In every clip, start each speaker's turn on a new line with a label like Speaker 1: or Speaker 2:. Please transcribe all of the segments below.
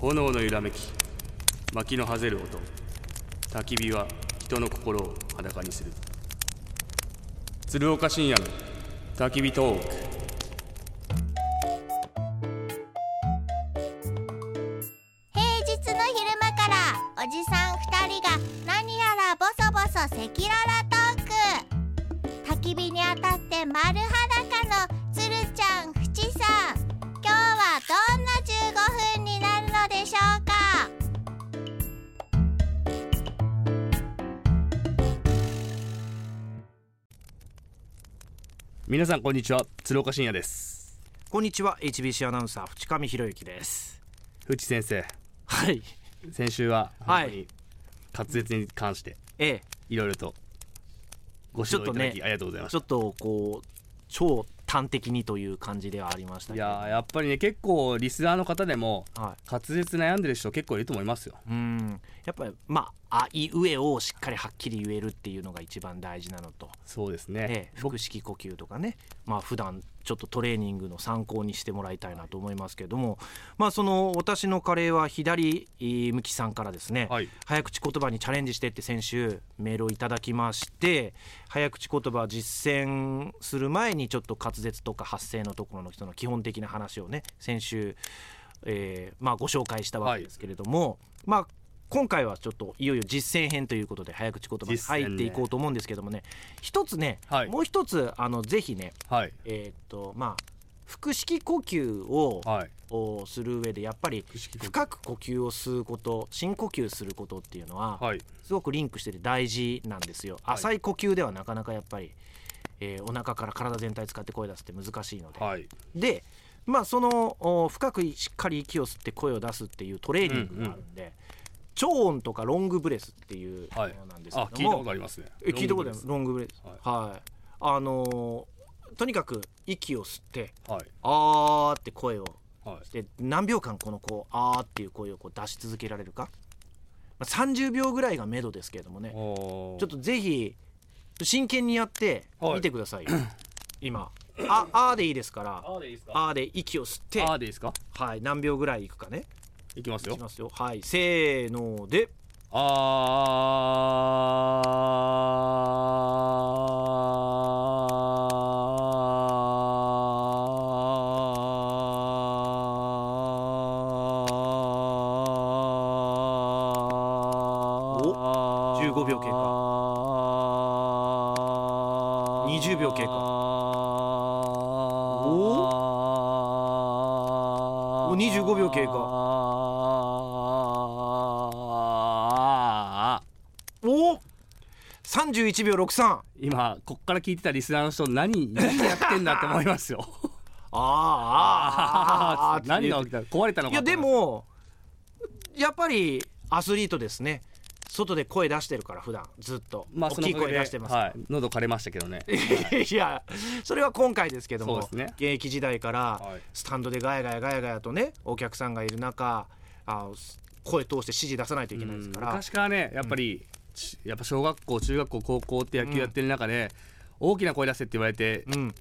Speaker 1: 炎の揺らめき薪のはぜる音焚き火は人の心を裸にする鶴岡深夜の焚き火トーク
Speaker 2: 平日の昼間からおじさん2人が何やらボソボソ赤裸々トーク焚き火に当たって丸裸のつるちゃんふちさん今日はどんな15分になるのでしょうか
Speaker 1: 皆さんこんにちは鶴岡深夜です
Speaker 3: こんにちは HBC アナウンサー淵上博之です
Speaker 1: 淵先生
Speaker 3: はい
Speaker 1: 先週は
Speaker 3: はい
Speaker 1: 本当に滑舌に関して
Speaker 3: え
Speaker 1: いろいろとご指導いただき、
Speaker 3: ちょっとね
Speaker 1: ありがとうござい
Speaker 3: え
Speaker 1: まし
Speaker 3: ちょっとこう超端的にという感じではありましたた
Speaker 1: い
Speaker 3: けど
Speaker 1: やーやっぱりね結構リスナーの方でも
Speaker 3: は
Speaker 1: 滑舌悩んでる人結構いると思いますよ
Speaker 3: い、うんやっぱりまああいうえおをしっかりはっきり言えるっていうのが一番大事なのと、
Speaker 1: そうです
Speaker 3: え
Speaker 1: ね、
Speaker 3: え、腹式呼吸とかねまあ普段ちょっとトレーニングの参考にしてもらいたいなと思いますけれどもまあその私のカレーは左えー向きさんからですね、
Speaker 1: はい
Speaker 3: 早口言葉にチャレンジしてって先週メールをいただきまして早口言葉実践する前にちょっと滑舌とか発声のところの人の基本的な話をね先週、えーまあ、ご紹介したわけですけれども、まあ今回はちょっといよいよ実践編ということで早口言葉に入っていこうと思うんですけどもね一つね、
Speaker 1: はい
Speaker 3: もう一つあのぜひね
Speaker 1: はい
Speaker 3: えーっとまあ腹式呼吸を、
Speaker 1: はい
Speaker 3: をする上でやっぱり
Speaker 1: 式呼吸
Speaker 3: 深く呼吸を吸うこと深呼吸することっていうのは
Speaker 1: はい
Speaker 3: すごくリンクしてて大事なんですよ
Speaker 1: い
Speaker 3: 浅い呼吸ではなかなかやっぱり、えーお腹から体全体使って声出すって難しいので、
Speaker 1: はい
Speaker 3: でまあそのお深くしっかり息を吸って声を出すっていうトレーニングがあるんで、超音とかロングブレスっていうも
Speaker 1: はい
Speaker 3: のなんですけ
Speaker 1: あ
Speaker 3: ど
Speaker 1: 聞いた
Speaker 3: も、
Speaker 1: ことありますね
Speaker 3: え聞いたことあります
Speaker 1: ロング
Speaker 3: ロングブレスはい、あのーとにかく息を吸って
Speaker 1: ブレス
Speaker 3: あーって声を
Speaker 1: はいはい
Speaker 3: して何秒間このこうあーっていう声をこう出し続けられるか、まあ、30秒ぐらいが目処ですけれどもね
Speaker 1: おー
Speaker 3: ちょっとぜひ真剣にやって
Speaker 1: はい
Speaker 3: 見てくだ さいよ、今ああーでいいですから
Speaker 1: あーでいいですか
Speaker 3: あーで息を吸って
Speaker 1: あーでいいですか
Speaker 3: はい何秒ぐらいいくかね
Speaker 1: いきます
Speaker 3: い
Speaker 1: よ
Speaker 3: きますよはいせーので
Speaker 1: お
Speaker 3: 15秒経過20秒経過おお25秒経過おお31秒63
Speaker 1: 今こっから聞いてたリスナーの人何何やってんだって思いますよ
Speaker 3: あーあーあーあーっ て
Speaker 1: 何が起きた壊れたのか
Speaker 3: いやでもやっぱりアスリートですね外で声出してるから普段ずっと、
Speaker 1: まあ
Speaker 3: 大きい
Speaker 1: そのおか
Speaker 3: 声
Speaker 1: げで
Speaker 3: 出してます、
Speaker 1: はい、喉枯れましたけどね
Speaker 3: いやそれは今回ですけども、
Speaker 1: そうですね
Speaker 3: 現役時代から
Speaker 1: はい
Speaker 3: スタンドでガヤガヤガヤガヤとねお客さんがいる中あ声通して指示出さないといけないですから
Speaker 1: 昔からねやっぱり、ちやっぱ小学校中学校高校って野球やってる中で、大きな声出せって言われて、
Speaker 3: うん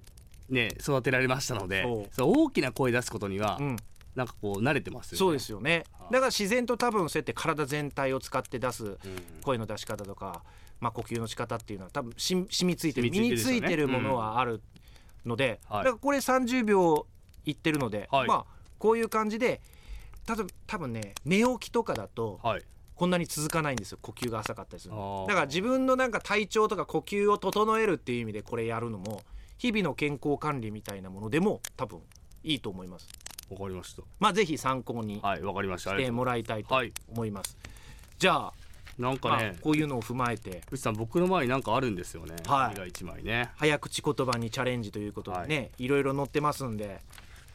Speaker 1: ね育てられましたので
Speaker 3: そう
Speaker 1: そう大きな声出すことには、
Speaker 3: うん
Speaker 1: なんかこう慣れてますよね
Speaker 3: そうですよねだから自然と多分そうやって体全体を使って出す声の出し方とか、まあ、呼吸の仕方っていうのは多分し染みついてる
Speaker 1: 染
Speaker 3: 身
Speaker 1: み
Speaker 3: に
Speaker 1: ついてるでしょう
Speaker 3: つ
Speaker 1: ね
Speaker 3: いてるものはあるので、
Speaker 1: はい
Speaker 3: だからこれ30秒いってるので、
Speaker 1: はい
Speaker 3: まあこういう感じでたと多分ね寝起きとかだと
Speaker 1: はい
Speaker 3: こんなに続かないんですよ呼吸が浅かったりする
Speaker 1: あ
Speaker 3: の
Speaker 1: ー
Speaker 3: だから自分のなんか体調とか呼吸を整えるっていう意味でこれやるのも日々の健康管理みたいなものでも多分いいと思います
Speaker 1: わかりまし
Speaker 3: まあぜひ参考に
Speaker 1: たはいわかりましたあ
Speaker 3: し
Speaker 1: り
Speaker 3: て
Speaker 1: がと
Speaker 3: もらいたいうと
Speaker 1: はい
Speaker 3: 思います、じゃあ,、
Speaker 1: なんか
Speaker 3: ま
Speaker 1: ね
Speaker 3: あこういうのを踏まえて
Speaker 1: 藤さん僕の前になんかあるんですよね、
Speaker 3: はい
Speaker 1: 紙が一枚ね
Speaker 3: 早口言葉にチャレンジということでね、、
Speaker 1: はい
Speaker 3: ろいろ載ってますんで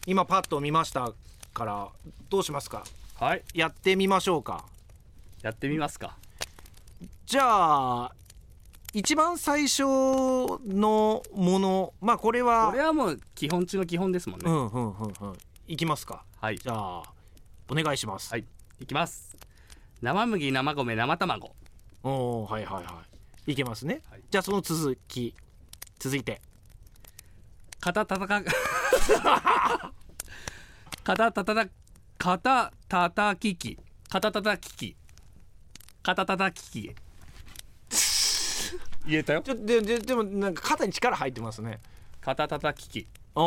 Speaker 3: 今パッと見ましたからどうしますか
Speaker 1: はい
Speaker 3: やってみましょうか
Speaker 1: やってみますか
Speaker 3: じゃあ一番最初のものまあこれは
Speaker 1: これはもう基本中の基本ですもんね、
Speaker 3: うんうんうんうんいきますか
Speaker 1: はい
Speaker 3: じゃあお願いします、
Speaker 1: はいいきます生麦生米生卵
Speaker 3: おーはいはいはいいけますね、
Speaker 1: はい
Speaker 3: じゃあその続き続いて
Speaker 1: 肩たたか肩たたた肩たたき機肩たたき機肩たたき 機言えたよ
Speaker 3: ちょっとでででもなんか肩に力入ってますね
Speaker 1: 肩たたき機
Speaker 3: あ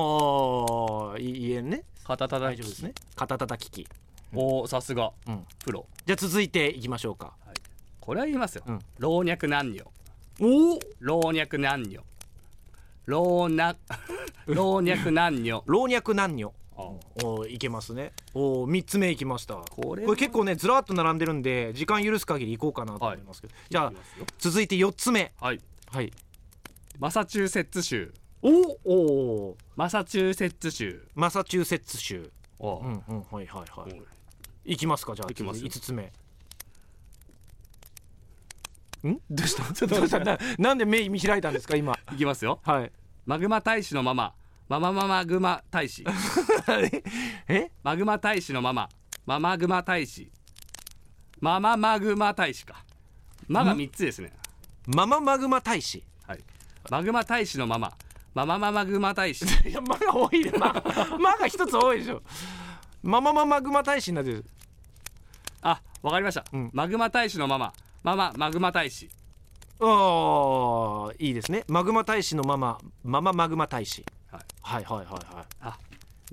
Speaker 3: あ言えんね
Speaker 1: 肩たた
Speaker 3: 大
Speaker 1: き
Speaker 3: 丈夫です
Speaker 1: 機
Speaker 3: ね肩たたき機
Speaker 1: おーさすが、
Speaker 3: うん
Speaker 1: プロ、
Speaker 3: じゃあ続いていきましょうか
Speaker 1: はい、これは言いますよ、
Speaker 3: うん
Speaker 1: 老若男女
Speaker 3: おお
Speaker 1: 老若男女老な 老若男女
Speaker 3: 老若男女
Speaker 1: あ
Speaker 3: おーいけますねおー三つ目いきました
Speaker 1: これは
Speaker 3: これ結構ねずらっと並んでるんで時間許す限りいこうかなと思いますけど、じゃあ
Speaker 1: いきますよ
Speaker 3: 続いて四つ目
Speaker 1: はい
Speaker 3: はい
Speaker 1: マサチューセッツ州
Speaker 3: おおー
Speaker 1: マサチューセッツ州
Speaker 3: マサチューセッツ州
Speaker 1: おう
Speaker 3: うんうんはいはいはい
Speaker 1: おう
Speaker 3: いきますかじゃあ
Speaker 1: いきますよ
Speaker 3: 5つ目んどうした どうしたななんで目見開いたんですか今
Speaker 1: いきますよ
Speaker 3: はい
Speaker 1: マグマ大使のママママママグマ大使
Speaker 3: え
Speaker 1: マグマ大使のママママグマ大使マママグマ大使かマが3つですね
Speaker 3: マママグマ大使
Speaker 1: はいマグマ大使のママママママグマ大使
Speaker 3: いやマが多いねママが一つ多いでしょママママグマ大使になってる
Speaker 1: あわかりました、
Speaker 3: ん
Speaker 1: マグマ大使のマママママグマ大使
Speaker 3: ああいいですねマグマ大使のマママママグマ大使
Speaker 1: はい
Speaker 3: はいはいはいはい
Speaker 1: あ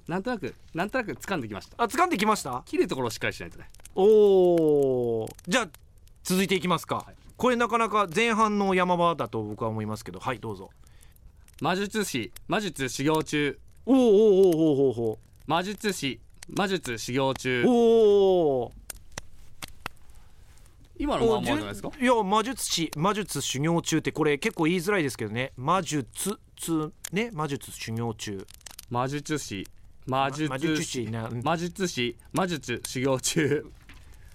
Speaker 1: なんとなくなんとなく掴んできました
Speaker 3: あ掴んできました
Speaker 1: 切るところをしっかりしないとね
Speaker 3: おーじゃあ続いていきますか、
Speaker 1: い
Speaker 3: これなかなか前半の山場だと僕は思いますけどはいどうぞ
Speaker 1: 魔術師魔術修行中
Speaker 3: おーおーおーおーおー
Speaker 1: 魔術師魔術修行中
Speaker 3: おーおー
Speaker 1: 今のまんまじゃないですか
Speaker 3: いや魔術師魔術修行中ってこれ結構言いづらいですけどね魔術つね魔術修行中
Speaker 1: 魔術師魔術
Speaker 3: ま魔術師なうん
Speaker 1: 魔術師魔術修行中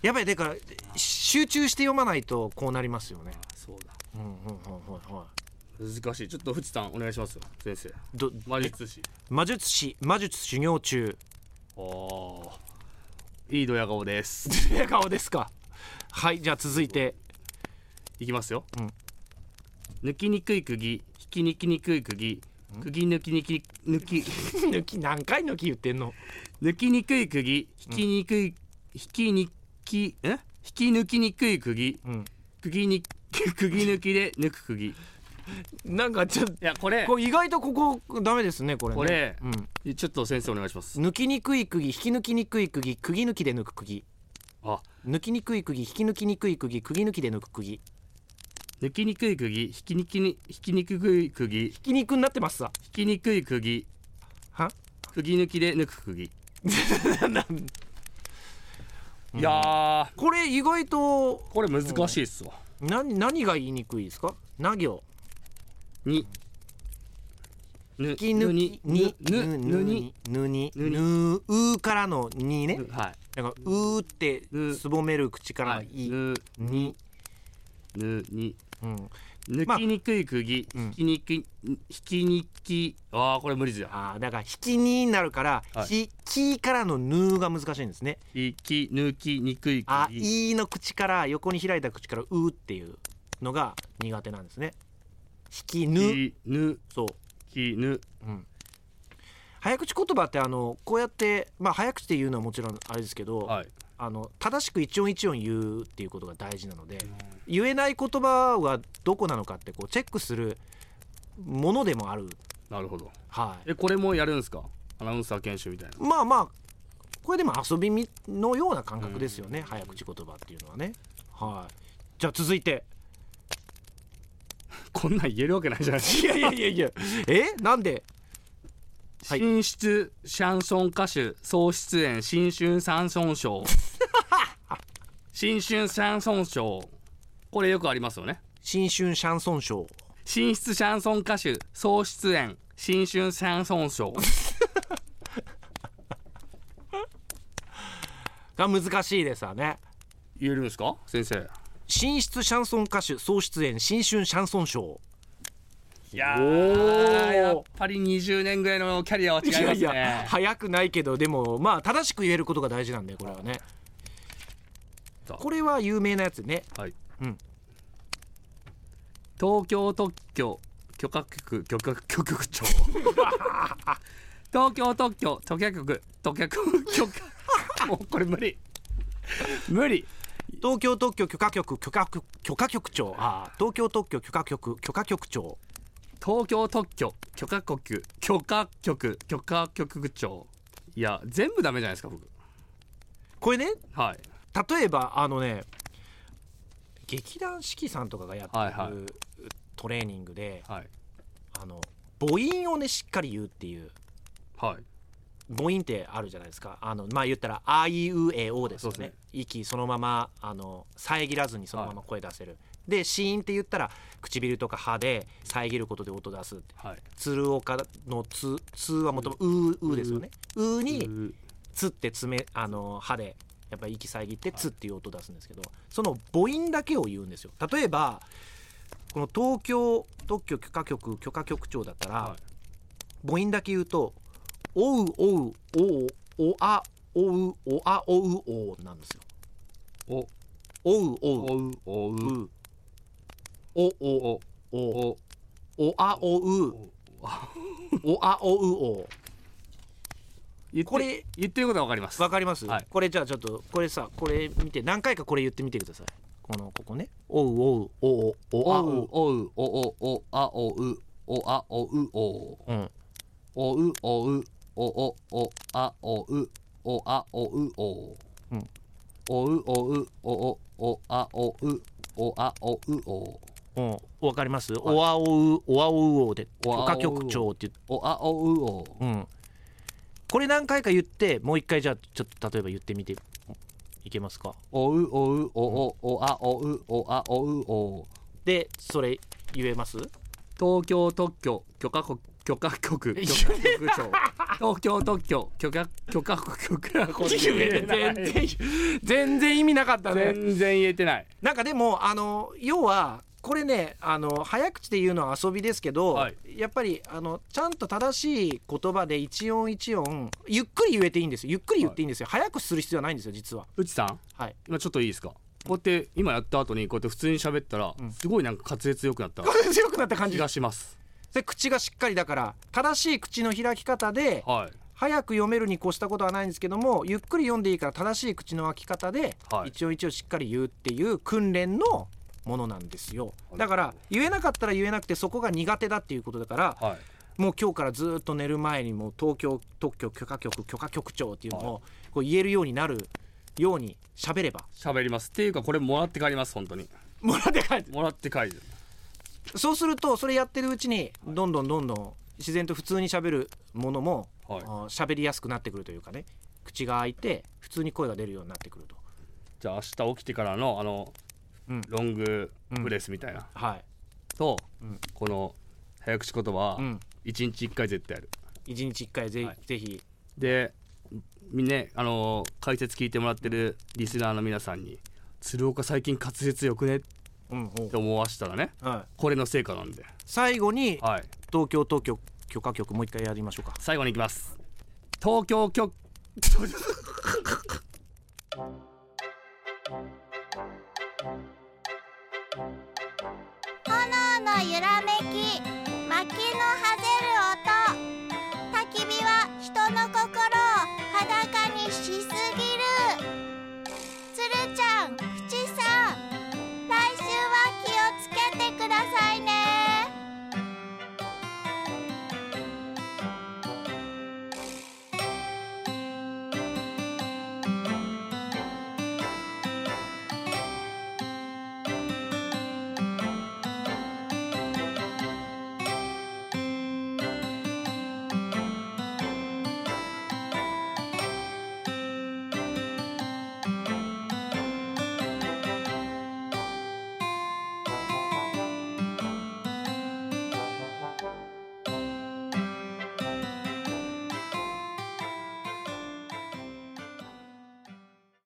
Speaker 3: やばいだから集中して読まないとこうなりますよね
Speaker 1: そうだ
Speaker 3: うんうんうんはいはい
Speaker 1: 難しいちょっと藤さんお願いしますよ先生
Speaker 3: ど
Speaker 1: 魔術師
Speaker 3: 魔術師魔術修行中
Speaker 1: あーいいドヤ顔です
Speaker 3: 笑 顔ですかはいじゃあ続いて
Speaker 1: いきますよ、
Speaker 3: ん
Speaker 1: 抜きにくい釘引きにきにくい釘釘抜きにき抜き
Speaker 3: 抜き何回抜き言ってんの
Speaker 1: 抜きにくい釘引きにくい、引きにきえ引き抜きにくい釘、
Speaker 3: ん
Speaker 1: 釘に 釘抜きで抜く釘い
Speaker 3: なんかちょっと
Speaker 1: やこれ
Speaker 3: これ意外とここダメですねこれね
Speaker 1: これ
Speaker 3: うん、
Speaker 1: ちょっと先生お願いします
Speaker 3: 抜きにくい釘引き抜きにくい釘釘抜きで抜く釘
Speaker 1: あ
Speaker 3: 抜きにくい釘引き抜きにくい釘釘抜きで抜く釘引
Speaker 1: 抜きにくい釘引きにきに引きにくい釘引
Speaker 3: き肉になってますさ
Speaker 1: きにくい釘
Speaker 3: は
Speaker 1: 釘抜きで抜く 釘いやー
Speaker 3: これ意外と
Speaker 1: これ難しいっすわ
Speaker 3: 何何が言いにくいですかな行
Speaker 1: にぬ
Speaker 3: きぬきに
Speaker 1: ぬぬぬに
Speaker 3: ぬに
Speaker 1: ぬに
Speaker 3: ぬうからのにね
Speaker 1: ぬはい
Speaker 3: なんかうーって
Speaker 1: ぬ
Speaker 3: すぼめる口から
Speaker 1: は
Speaker 3: の
Speaker 1: い
Speaker 3: い
Speaker 1: ぬ
Speaker 3: に
Speaker 1: ぬに
Speaker 3: うん
Speaker 1: 抜きにくい釘
Speaker 3: ん
Speaker 1: 引きにき引きにきあーこれ無理じゃん
Speaker 3: あーだから引きにになるから
Speaker 1: はい
Speaker 3: ひきからのぬが難しいんですね
Speaker 1: 引き抜きにくい
Speaker 3: あ
Speaker 1: 釘
Speaker 3: いの口から横に開いた口からうっていうのが苦手なんですね引きぬ
Speaker 1: きぬ
Speaker 3: そう
Speaker 1: きぬ
Speaker 3: 早口言葉ってあのこうやってまあ早口で言うのはもちろんあれですけど、
Speaker 1: はい
Speaker 3: あの正しく一音一音言うっていうことが大事なので、言えない言葉はどこなのかってこうチェックするものでもある
Speaker 1: なるほど
Speaker 3: はい
Speaker 1: えこれもやるんですかアナウンサー研修みたいな
Speaker 3: まあまあこれでも遊びみのような感覚ですよね、早口言葉っていうのはねはいじゃあ続いて
Speaker 1: こんなん言えるわけないじゃないですか
Speaker 3: いやいやいやいやえなんではい
Speaker 1: 新出シャンソン歌手総出演新春シャンソン 賞新春シャンソン賞これよくありますよね
Speaker 3: 新春シャンソンショー
Speaker 1: 新出シャンソン歌手総出演新春シャンソン賞
Speaker 3: が難しいですわね
Speaker 1: 言えるんですか先生
Speaker 3: 新出シャンソン歌手総出演新春シャンソンショー
Speaker 1: いや
Speaker 3: ー
Speaker 1: やっぱり20年ぐらいのキャリアは違いますね
Speaker 3: いやいや早くないけどでもまあ正しく言えることが大事なんだよこれはね
Speaker 1: そう
Speaker 3: これは有名なやつね
Speaker 1: はい、
Speaker 3: うん
Speaker 1: 東京特許許可局許可許可局 長東京特許許可局許可許可 もうこれ無理無理
Speaker 3: 東京特許許可局許可局許可局長あー東京特許許可局許可局長
Speaker 1: 東京特許許可局許可局許可局長いや全部ダメじゃないですか僕
Speaker 3: これね
Speaker 1: はい
Speaker 3: 例えばあのね劇団四季さんとかがやってる、
Speaker 1: はいはい
Speaker 3: トレーニングで
Speaker 1: はい
Speaker 3: あの母音をねしっかり言うっていう
Speaker 1: はい
Speaker 3: 母音ってあるじゃないですかあのまあ言ったら「あいうえお」ですよ
Speaker 1: そうです
Speaker 3: ね
Speaker 1: ね
Speaker 3: 息そのままあの遮らずにそのまま声出せる、で子音って言ったら唇とか歯で遮ることで音出すって
Speaker 1: はい
Speaker 3: 鶴岡の「つ」「つ」はもともと「う」「う」ですよね「う」に
Speaker 1: う
Speaker 3: 「つ」って爪あの歯でやっぱり息遮って「つ」っていう音出すんですけどその母音だけを言うんですよ例えばこの東京特許許可局許可局長だったら、
Speaker 1: は
Speaker 3: 母音だけ言うと「おうおうおうおあおうおあおうおう」なんですよ。
Speaker 1: お
Speaker 3: おうお
Speaker 1: お
Speaker 3: う
Speaker 1: うおう
Speaker 3: うおお
Speaker 1: お
Speaker 3: お
Speaker 1: お
Speaker 3: おあおうおあおうおう
Speaker 1: 言って
Speaker 3: これ
Speaker 1: 言ってることはわかります
Speaker 3: わかります、
Speaker 1: はい
Speaker 3: これじゃあちょっとこれさこれ見て何回かこれ言ってみてくださいこのここねおうおうおおおあ
Speaker 1: お
Speaker 3: お
Speaker 1: う
Speaker 3: う
Speaker 1: おうおおおあおうおあおうお
Speaker 3: うん
Speaker 1: おうおうおおおあおうおあおうお
Speaker 3: うん
Speaker 1: おうおうおおおあおうおあおうお
Speaker 3: うんわかります、おあおうおあおうおうで
Speaker 1: おあおうお
Speaker 3: 許可局長って言って
Speaker 1: おあおうお
Speaker 3: うんこれ何回か言ってもう一回じゃあちょっと例えば言ってみていけますか
Speaker 1: おうおうおおおあおうおあおうお
Speaker 3: でそれ言えます
Speaker 1: 東京特許許可局許可局許可局 長東京特許許可許可局許可局
Speaker 3: 全然意味なかった
Speaker 1: 全然言えてない
Speaker 3: なんかでもあの要はこれねあの早口で言うのは遊びですけど、
Speaker 1: はい
Speaker 3: やっぱりあのちゃんと正しい言葉で一音一音ゆっくり言えていいんですよゆっくり言っていいんですよ、早くする必要はないんですよ実は
Speaker 1: 内さん
Speaker 3: はい
Speaker 1: 今ちょっといいですかこうやって今やった後にこうやって普通に喋ったらすごいなんか滑舌良くなった
Speaker 3: 強くなった感
Speaker 1: 気
Speaker 3: じ
Speaker 1: がします
Speaker 3: で口がしっかりだから正しい口の開き方で
Speaker 1: はい
Speaker 3: 早く読めるに越したことはないんですけどもゆっくり読んでいいから正しい口の開き方で
Speaker 1: はい
Speaker 3: 一音一音しっかり言うっていう訓練のものなんですよだから言えなかったら言えなくてそこが苦手だっていうことだから
Speaker 1: はい
Speaker 3: もう今日からずーっと寝る前にもう東京特許許可局許可局長っていうのをこう言えるようになるように喋れば
Speaker 1: 喋りますっていうかこれもらって帰ります本当に
Speaker 3: もらって帰って
Speaker 1: もらって帰る
Speaker 3: そうするとそれやってるうちにどんどんどんどん自然と普通に喋るものもあ
Speaker 1: はい
Speaker 3: ー喋りやすくなってくるというかね口が開いて普通に声が出るようになってくると
Speaker 1: じゃあ明日起きてからのあの
Speaker 3: うん
Speaker 1: ロングプレスみたいな
Speaker 3: はい
Speaker 1: とこの早口言葉は
Speaker 3: うん
Speaker 1: 1日1回絶対やる
Speaker 3: 一日一回ぜ,、
Speaker 1: はい
Speaker 3: ぜひ
Speaker 1: でみんなあの解説聞いてもらってるリスナーの皆さんに鶴岡最近滑舌よくねっ
Speaker 3: うんほ
Speaker 1: て思わしたらね
Speaker 3: うはい
Speaker 1: これの成果なんで
Speaker 3: 最後に
Speaker 1: はい
Speaker 3: 東京東京許可局もう一回やりましょうか
Speaker 1: 最後に行きます東京局